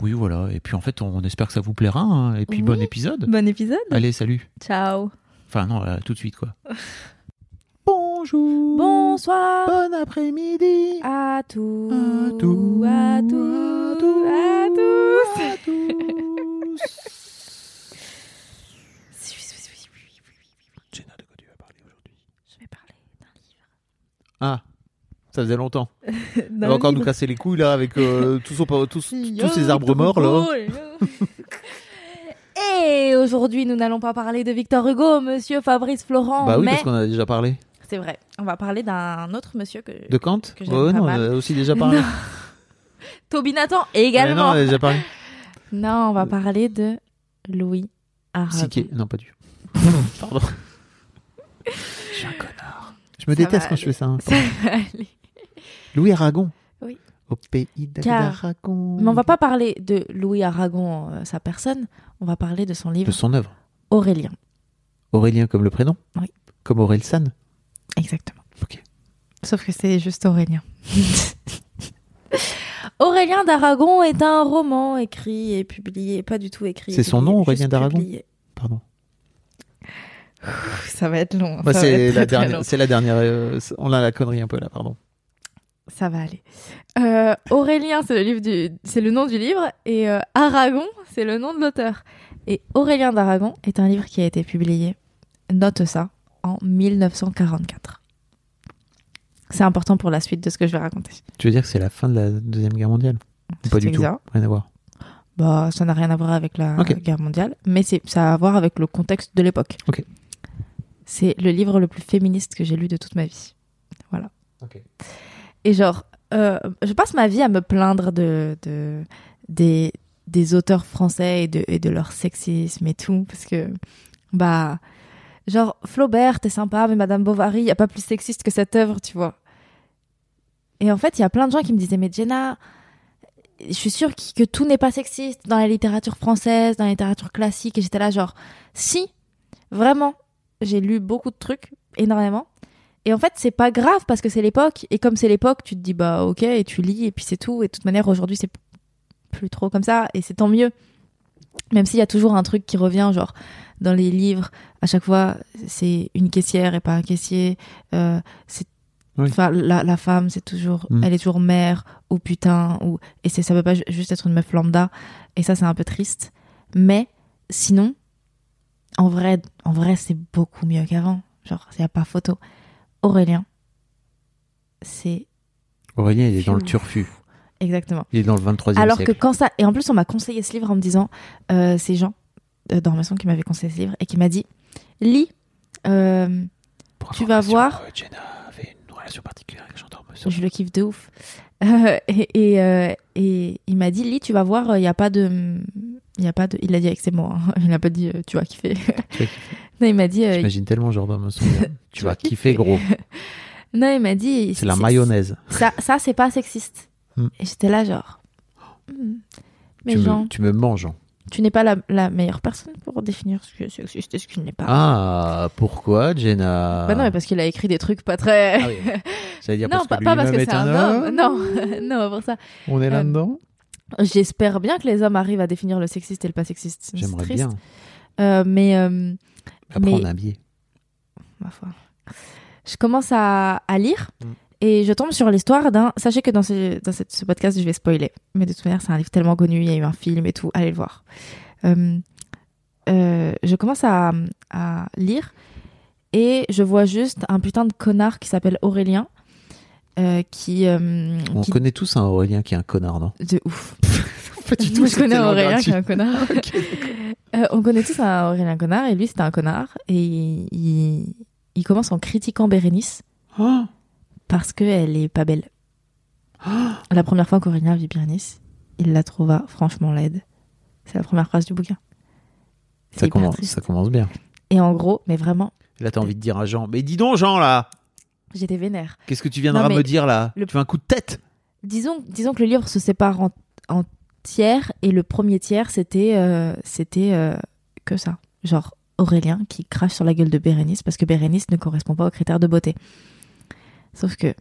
Oui, voilà. Et puis en fait, on espère que ça vous plaira. hein. Et puis Oui. bon épisode. Bon épisode. Allez, salut. Ciao. Enfin non, là, tout de suite quoi. Bonjour. Bonsoir Bon après-midi. à tous. À tous. À tous. À tous. À tous. Jenna, de quoi tu vas parler aujourd'hui Je vais parler d'un Ah, ça faisait longtemps. livre. Elle va encore nous casser les couilles là avec euh, tous, son pa- tous- tous ces arbres morts là. Oh, Et aujourd'hui, nous n'allons pas parler de Victor Hugo, monsieur Fabrice Florent, Bah oui, mais parce qu'on en a déjà parlé. c'est vrai. On va parler d'un autre monsieur que De Kant que j'aime Ouais, pas non, on mal. a aussi déjà parlé. Non. Toby Nathan Mais non, on également. a déjà parlé. Non, Euh, on va parler de Louis Aragon. Psyché. Non, pas du. Pardon. Je suis un connard. Je me Ça déteste va quand je fais ça. hein. Ça va aller. Louis Aragon. Oui. Au pays d'Aragon. Mais on va pas parler de Louis Aragon, euh, sa personne. On va parler de son De livre son œuvre. Aurélien. Aurélien comme le prénom. Oui. Comme Aurel San. Exactement. Ok. Sauf que c'est juste Aurélien. Aurélien d'Aragon est un roman écrit et publié, pas du tout écrit. et C'est son publié, nom, Aurélien juste d'Aragon publié. Pardon. Pff, Ça va être long. Bah, ça va c'est être très, très la dernière. long. C'est la dernière. euh, c'est- on a la connerie un peu là, pardon. Ça va aller. Euh, Aurélien, c'est le, livre du... c'est le nom du livre, et euh, Aragon, c'est le nom de l'auteur. Et Aurélien d'Aragon est un livre qui a été publié, note ça, en 1944. C'est important pour la suite de ce que je vais raconter. Tu veux dire que c'est la fin de la deuxième guerre mondiale Pas C'était du tout. bizarre. Rien à voir. Bah, ça n'a rien à voir avec la Ok. guerre mondiale, mais c'est ça a à voir avec le contexte de l'époque. Ok. C'est le livre le plus féministe que j'ai lu de toute ma vie. Voilà. Ok. Et genre, euh, je passe ma vie à me plaindre de, de- des, des auteurs français et de, et de leur sexisme et tout, parce que bah genre Flaubert, t'es sympa, mais Madame Bovary, y a pas plus sexiste que cette œuvre, tu vois. Et en fait, il y a plein de gens qui me disaient, mais Jenna, je suis sûre qu- que tout n'est pas sexiste dans la littérature française, dans la littérature classique. Et j'étais là, genre, si, vraiment, j'ai lu beaucoup de trucs, énormément. Et en fait, c'est pas grave parce que c'est l'époque. Et comme c'est l'époque, tu te dis, bah ok, et tu lis, et puis c'est tout. Et de toute manière, aujourd'hui, c'est p- plus trop comme ça, et c'est tant mieux. Même s'il y a toujours un truc qui revient, genre, dans les livres, à chaque fois, c'est une caissière et pas un caissier. Euh, c'est. Oui. Enfin, la, la femme, c'est toujours, Mm. elle est toujours mère ou putain ou et c'est ça peut pas ju- juste être une meuf lambda et ça c'est un peu triste. Mais sinon, en vrai, en vrai c'est beaucoup mieux qu'avant. Genre, il y a pas photo. Aurélien, c'est Aurélien, il est dans le Fiou. turfu. exactement. Il est dans le 23e Alors siècle. que quand ça et en plus on m'a conseillé ce livre en me disant euh, c'est Jean euh, Dormesson qui m'avait conseillé ce livre et qui m'a dit lis euh, Pour tu vas information, voir. euh, Jenna avait une relation particulière avec Jean Dormesson. Je le kiffe de ouf. Euh, et, et, euh, et il m'a dit, Lee, tu vas voir, euh, il n'y a pas de... Il y a pas de... Il a dit avec ses mots, hein. il n'a pas dit, euh, tu vas kiffer. Tu vas non, il m'a dit... euh, J'imagine tellement Jean Dormesson. là. tu vas kiffer, gros. non, il m'a dit... C'est la mayonnaise. Ça, ça c'est pas sexiste. Hmm. Et j'étais là, genre... hmm. Mais tu, Jean, me, tu me manges. Jean. tu n'es pas la, la meilleure personne pour définir ce que c'est sexiste et ce qui ne l'est pas. Ah, pourquoi, Jenna Bah non, mais parce qu'il a écrit des trucs pas très... Ah oui. J'allais dire non, parce pas, que pas lui-même parce que est c'est un homme. Non, non, pour ça. On est Euh, là-dedans J'espère bien que les hommes arrivent à définir le sexiste et le pas sexiste. C'est J'aimerais triste. bien. Euh, mais euh, Après, mais- on a un biais. ma foi. je commence à, à lire Mm. et je tombe sur l'histoire d'un. Sachez que dans, ce, dans cette- ce podcast, je vais spoiler, mais de toute manière, c'est un livre tellement connu, il y a eu un film et tout, allez le voir. Euh, euh, je commence à, à lire et je vois juste un putain de connard qui s'appelle Aurélien euh, qui, euh, On qui- connaît tous un Aurélien qui est un connard, non de ouf. Pas du Tout, je c'est connais tellement Aurélien gratuit. qui est un connard. Ok. Euh, on connaît tous un Aurélien Connard et lui c'était un connard et il, il- il commence en critiquant Bérénice Oh, parce qu'elle est pas belle. La première fois qu'Aurélien vit Bérénice, il la trouva franchement laide. C'est la première phrase du bouquin. C'est Ça hyper commence, triste. ça commence bien. Et en gros, mais vraiment, Là, t'as envie de dire à Jean, mais dis donc, Jean, là, j'étais vénère. qu'est-ce que tu viendras Non, mais me dire là le- Tu veux un coup de tête Disons, disons que le livre se sépare en, en tiers et le premier tiers, c'était euh, c'était euh, que ça. Genre Aurélien qui crache sur la gueule de Bérénice parce que Bérénice ne correspond pas aux critères de beauté. Sauf que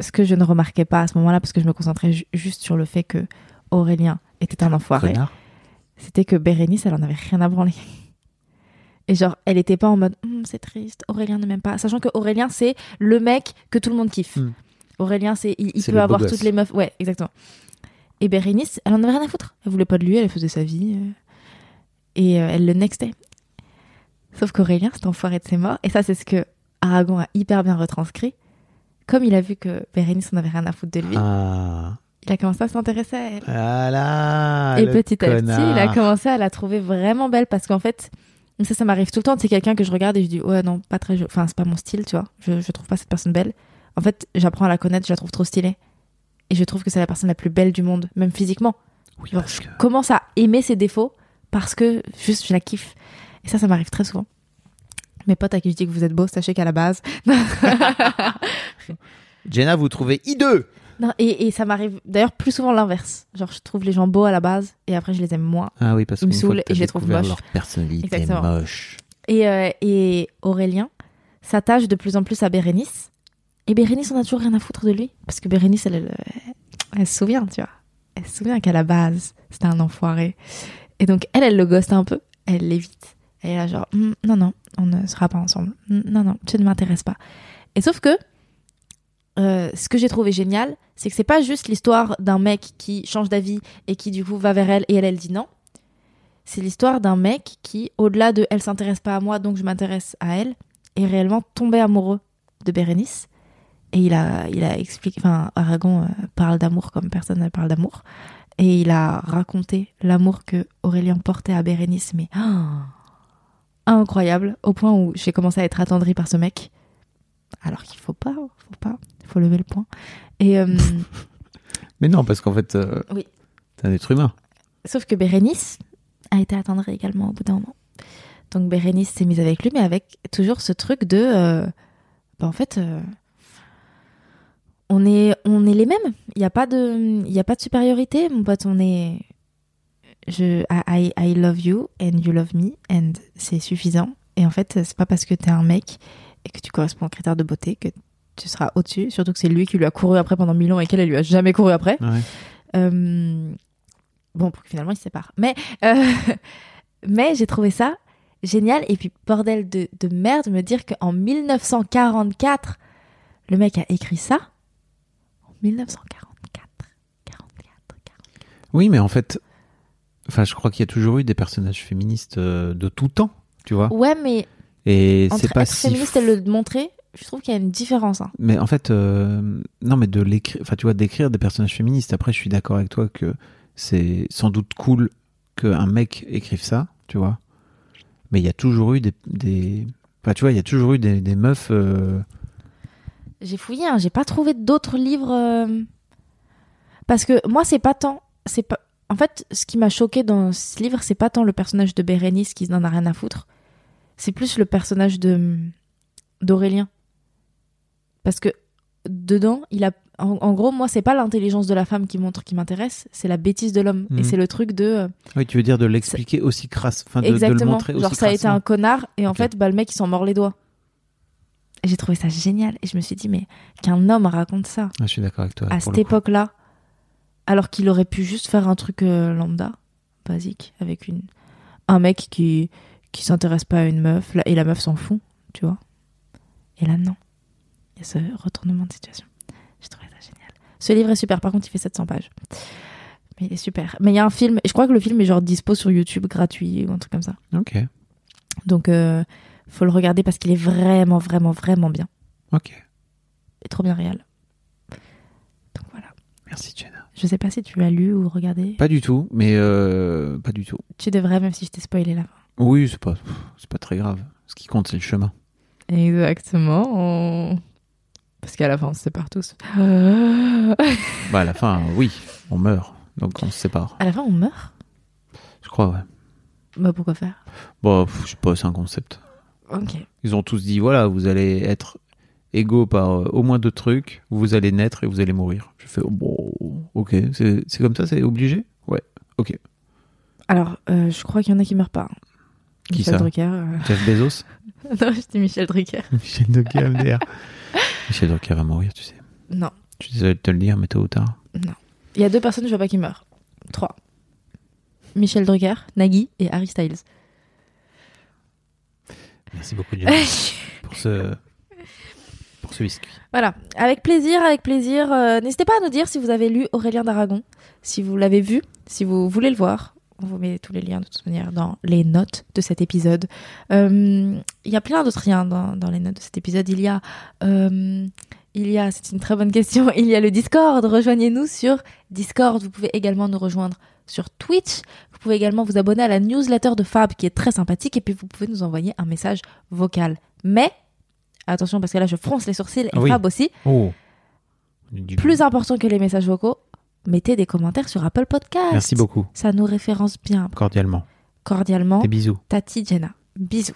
ce que je ne remarquais pas à ce moment-là, parce que je me concentrais ju- juste sur le fait que Aurélien était un enfoiré, Connard. c'était que Bérénice, elle en avait rien à branler. Et genre, elle était pas en mode Hum, c'est triste, Aurélien ne m'aime pas. Sachant que Aurélien, c'est le mec que tout le monde kiffe. Hmm. Aurélien, c'est il, il C'est peut le beau avoir gosse. toutes les meufs. Ouais, exactement. Et Bérénice, elle en avait rien à foutre. Elle voulait pas de lui, elle faisait sa vie. euh, et euh, elle le nextait. Sauf qu'Aurélien, cet enfoiré de ses morts, et ça, c'est ce que Aragon a hyper bien retranscrit. Comme il a vu que Bérénice en avait rien à foutre de lui, Ah, il a commencé à s'intéresser à elle. voilà. Et Ah, le petit à petit, connard. il a commencé à la trouver vraiment belle parce qu'en fait, ça, ça m'arrive tout le temps. C'est quelqu'un que je regarde et je dis, ouais, non, pas très, jo- enfin, c'est pas mon style, tu vois. Je, je trouve pas cette personne belle. En fait, j'apprends à la connaître, je la trouve trop stylée. Et je trouve que c'est la personne la plus belle du monde, même physiquement. Oui, Genre, parce je que- commence à aimer ses défauts parce que juste je la kiffe. Et ça, ça m'arrive très souvent. Mes potes à qui je dis que vous êtes beau, sachez qu'à la base. Jenna, vous trouvez hideux non, et, et ça m'arrive d'ailleurs plus souvent l'inverse. Genre, je trouve les gens beaux à la base et après, je les aime moins. Ah oui, parce Il me qu'une fois saoule que t'as et je les trouve découvert moches. leur personnalité Exactement. moche. Et, euh, et Aurélien s'attache de plus en plus à Bérénice. Et Bérénice, on a toujours rien à foutre de lui. Parce que Bérénice, elle, elle, elle se souvient, tu vois. Elle se souvient qu'à la base, c'était un enfoiré. Et donc, elle, elle le gosse un peu. Elle l'évite. Elle est là, genre, Hum, non, non, on ne sera pas ensemble. Hum, Non, non, tu ne m'intéresses pas. Et sauf que, euh, ce que j'ai trouvé génial, c'est que c'est pas juste l'histoire d'un mec qui change d'avis et qui, du coup, va vers elle et elle, elle dit non c'est l'histoire d'un mec qui, au-delà de elle s'intéresse pas à moi, donc je m'intéresse à elle, est réellement tombé amoureux de Bérénice. Et il a, il a expliqué, enfin, Aragon euh, parle d'amour comme personne ne parle d'amour. Et il a raconté l'amour que Aurélien portait à Bérénice, mais ah, incroyable, au point où j'ai commencé à être attendrie par ce mec. Alors qu'il faut pas, hein, faut pas, faut lever le point. Et euh, Mais non, parce qu'en fait, euh, Oui. t'es un être humain. Sauf que Bérénice a été attendrie également au bout d'un moment. Donc Bérénice s'est mise avec lui, mais avec toujours ce truc de. euh, bah en fait, euh, on, est, on est les mêmes. Il n'y a, pas de- il y a pas de supériorité, mon pote. On est. Je, I, I- I love you and you love me and c'est suffisant. Et en fait, c'est pas parce que t'es un mec et que tu corresponds aux critères de beauté que tu seras au-dessus. Surtout que c'est lui qui lui a couru après pendant mille ans et qu'elle, elle lui a jamais couru après. Ouais. Euh, bon, pour que finalement ils se séparent. Mais, euh, mais j'ai trouvé ça génial. Et puis, bordel de, de merde, me dire qu'en 1944, le mec a écrit ça. En 1944. 44, 44. Oui, mais en fait, enfin, je crois qu'il y a toujours eu des personnages féministes euh, de tout temps, tu vois. Ouais, mais Ah. Et entre c'est pas être si. féministe et le montrer, je trouve qu'il y a une différence. hein. Mais en fait, euh, non, mais de l'écrire, enfin, tu vois, d'écrire des personnages féministes. Après, je suis d'accord avec toi que c'est sans doute cool qu'un mec écrive ça, tu vois. Mais il y a toujours eu des, des... enfin, tu vois, il y a toujours eu des, des meufs. euh, J'ai fouillé, hein, j'ai pas trouvé d'autres livres. euh, Parce que moi, c'est pas tant. C'est pas... En fait, ce qui m'a choqué dans ce livre, c'est pas tant le personnage de Bérénice qui n'en a rien à foutre. C'est plus le personnage de d'Aurélien. Parce que dedans, il a. En, en gros, moi, c'est pas l'intelligence de la femme qui montre qui m'intéresse, c'est la bêtise de l'homme. Mhm. Et c'est le truc de. euh, Oui, tu veux dire de l'expliquer aussi crasse, enfin, de, de le Exactement. montrer aussi Genre ça a été un crassement. connard et en Ok. fait bah, le mec il s'en mord les doigts. Et J'ai trouvé ça génial et je me suis dit mais qu'un homme raconte ça Ah, je suis d'accord avec toi. à pour cette le coup. époque-là alors qu'il aurait pu juste faire un truc euh, lambda basique avec une un mec qui qui s'intéresse pas à une meuf là, et la meuf s'en fout, tu vois. Et là non. Il y a ce retournement de situation. J'ai trouvé ça génial. Ce livre est super par contre, il fait 700 pages. Mais il est super. Mais il y a un film, et je crois que le film est genre dispo sur YouTube gratuit ou un truc comme ça. Ok, Donc, euh, faut le regarder parce qu'il est vraiment, vraiment, vraiment bien. ok. Et trop bien réel. Donc voilà. Merci, Jenna. Je sais pas si tu l'as lu ou regardé. Pas du tout, mais euh, pas du tout. Tu devrais, même si je t'ai spoilé la fin. Oui, c'est pas, pff, c'est pas très grave. Ce qui compte, c'est le chemin. Exactement. Parce qu'à la fin, on se sépare tous. Bah, à la fin, oui, on meurt. Donc on se sépare. à la fin, on meurt Je crois, ouais. Bah pourquoi faire Bon, Bah, pff, je sais pas, c'est un concept. Ok. Ils ont tous dit voilà, vous allez être égaux par euh, au moins deux trucs, vous allez naître et vous allez mourir. Je fais oh, bon, ok, c'est c'est comme ça, c'est obligé Ouais, ok. Alors, euh, je crois qu'il y en a qui meurent pas. hein. Qui Michel ça Drucker. euh. Jeff Bezos non, j'étais Michel Drucker. Michel Drucker, MDR. Michel Drucker va mourir, tu sais. Non. Je suis désolé de te le dire, mais tôt ou tard. Il y a deux personnes, je vois pas qui meurent. Trois. Michel Drucker, Nagui et Harry Styles. Merci beaucoup, James, pour ce. Pour ce biscuit. Voilà, avec plaisir, avec plaisir. Euh, N'hésitez pas à nous dire si vous avez lu Aurélien d'Aragon, si vous l'avez vu, si vous voulez le voir. On vous met tous les liens de toute manière dans les notes de cet épisode. Euh, il y a plein d'autres liens dans, dans les notes de cet épisode. Il y a, euh, il y a, c'est une très bonne question. Il y a le Discord. Rejoignez-nous sur Discord. Vous pouvez également nous rejoindre sur Twitch. Vous pouvez également vous abonner à la newsletter de Fab qui est très sympathique et puis vous pouvez nous envoyer un message vocal. Mais attention parce que là je fronce les sourcils et Oui. Fab aussi. Oh Du- Plus important que les messages vocaux, mettez des commentaires sur Apple Podcast. Merci beaucoup, Ça nous référence bien. cordialement. Oh. Cordialement, Des bisous. Tati Jenna. Bisous.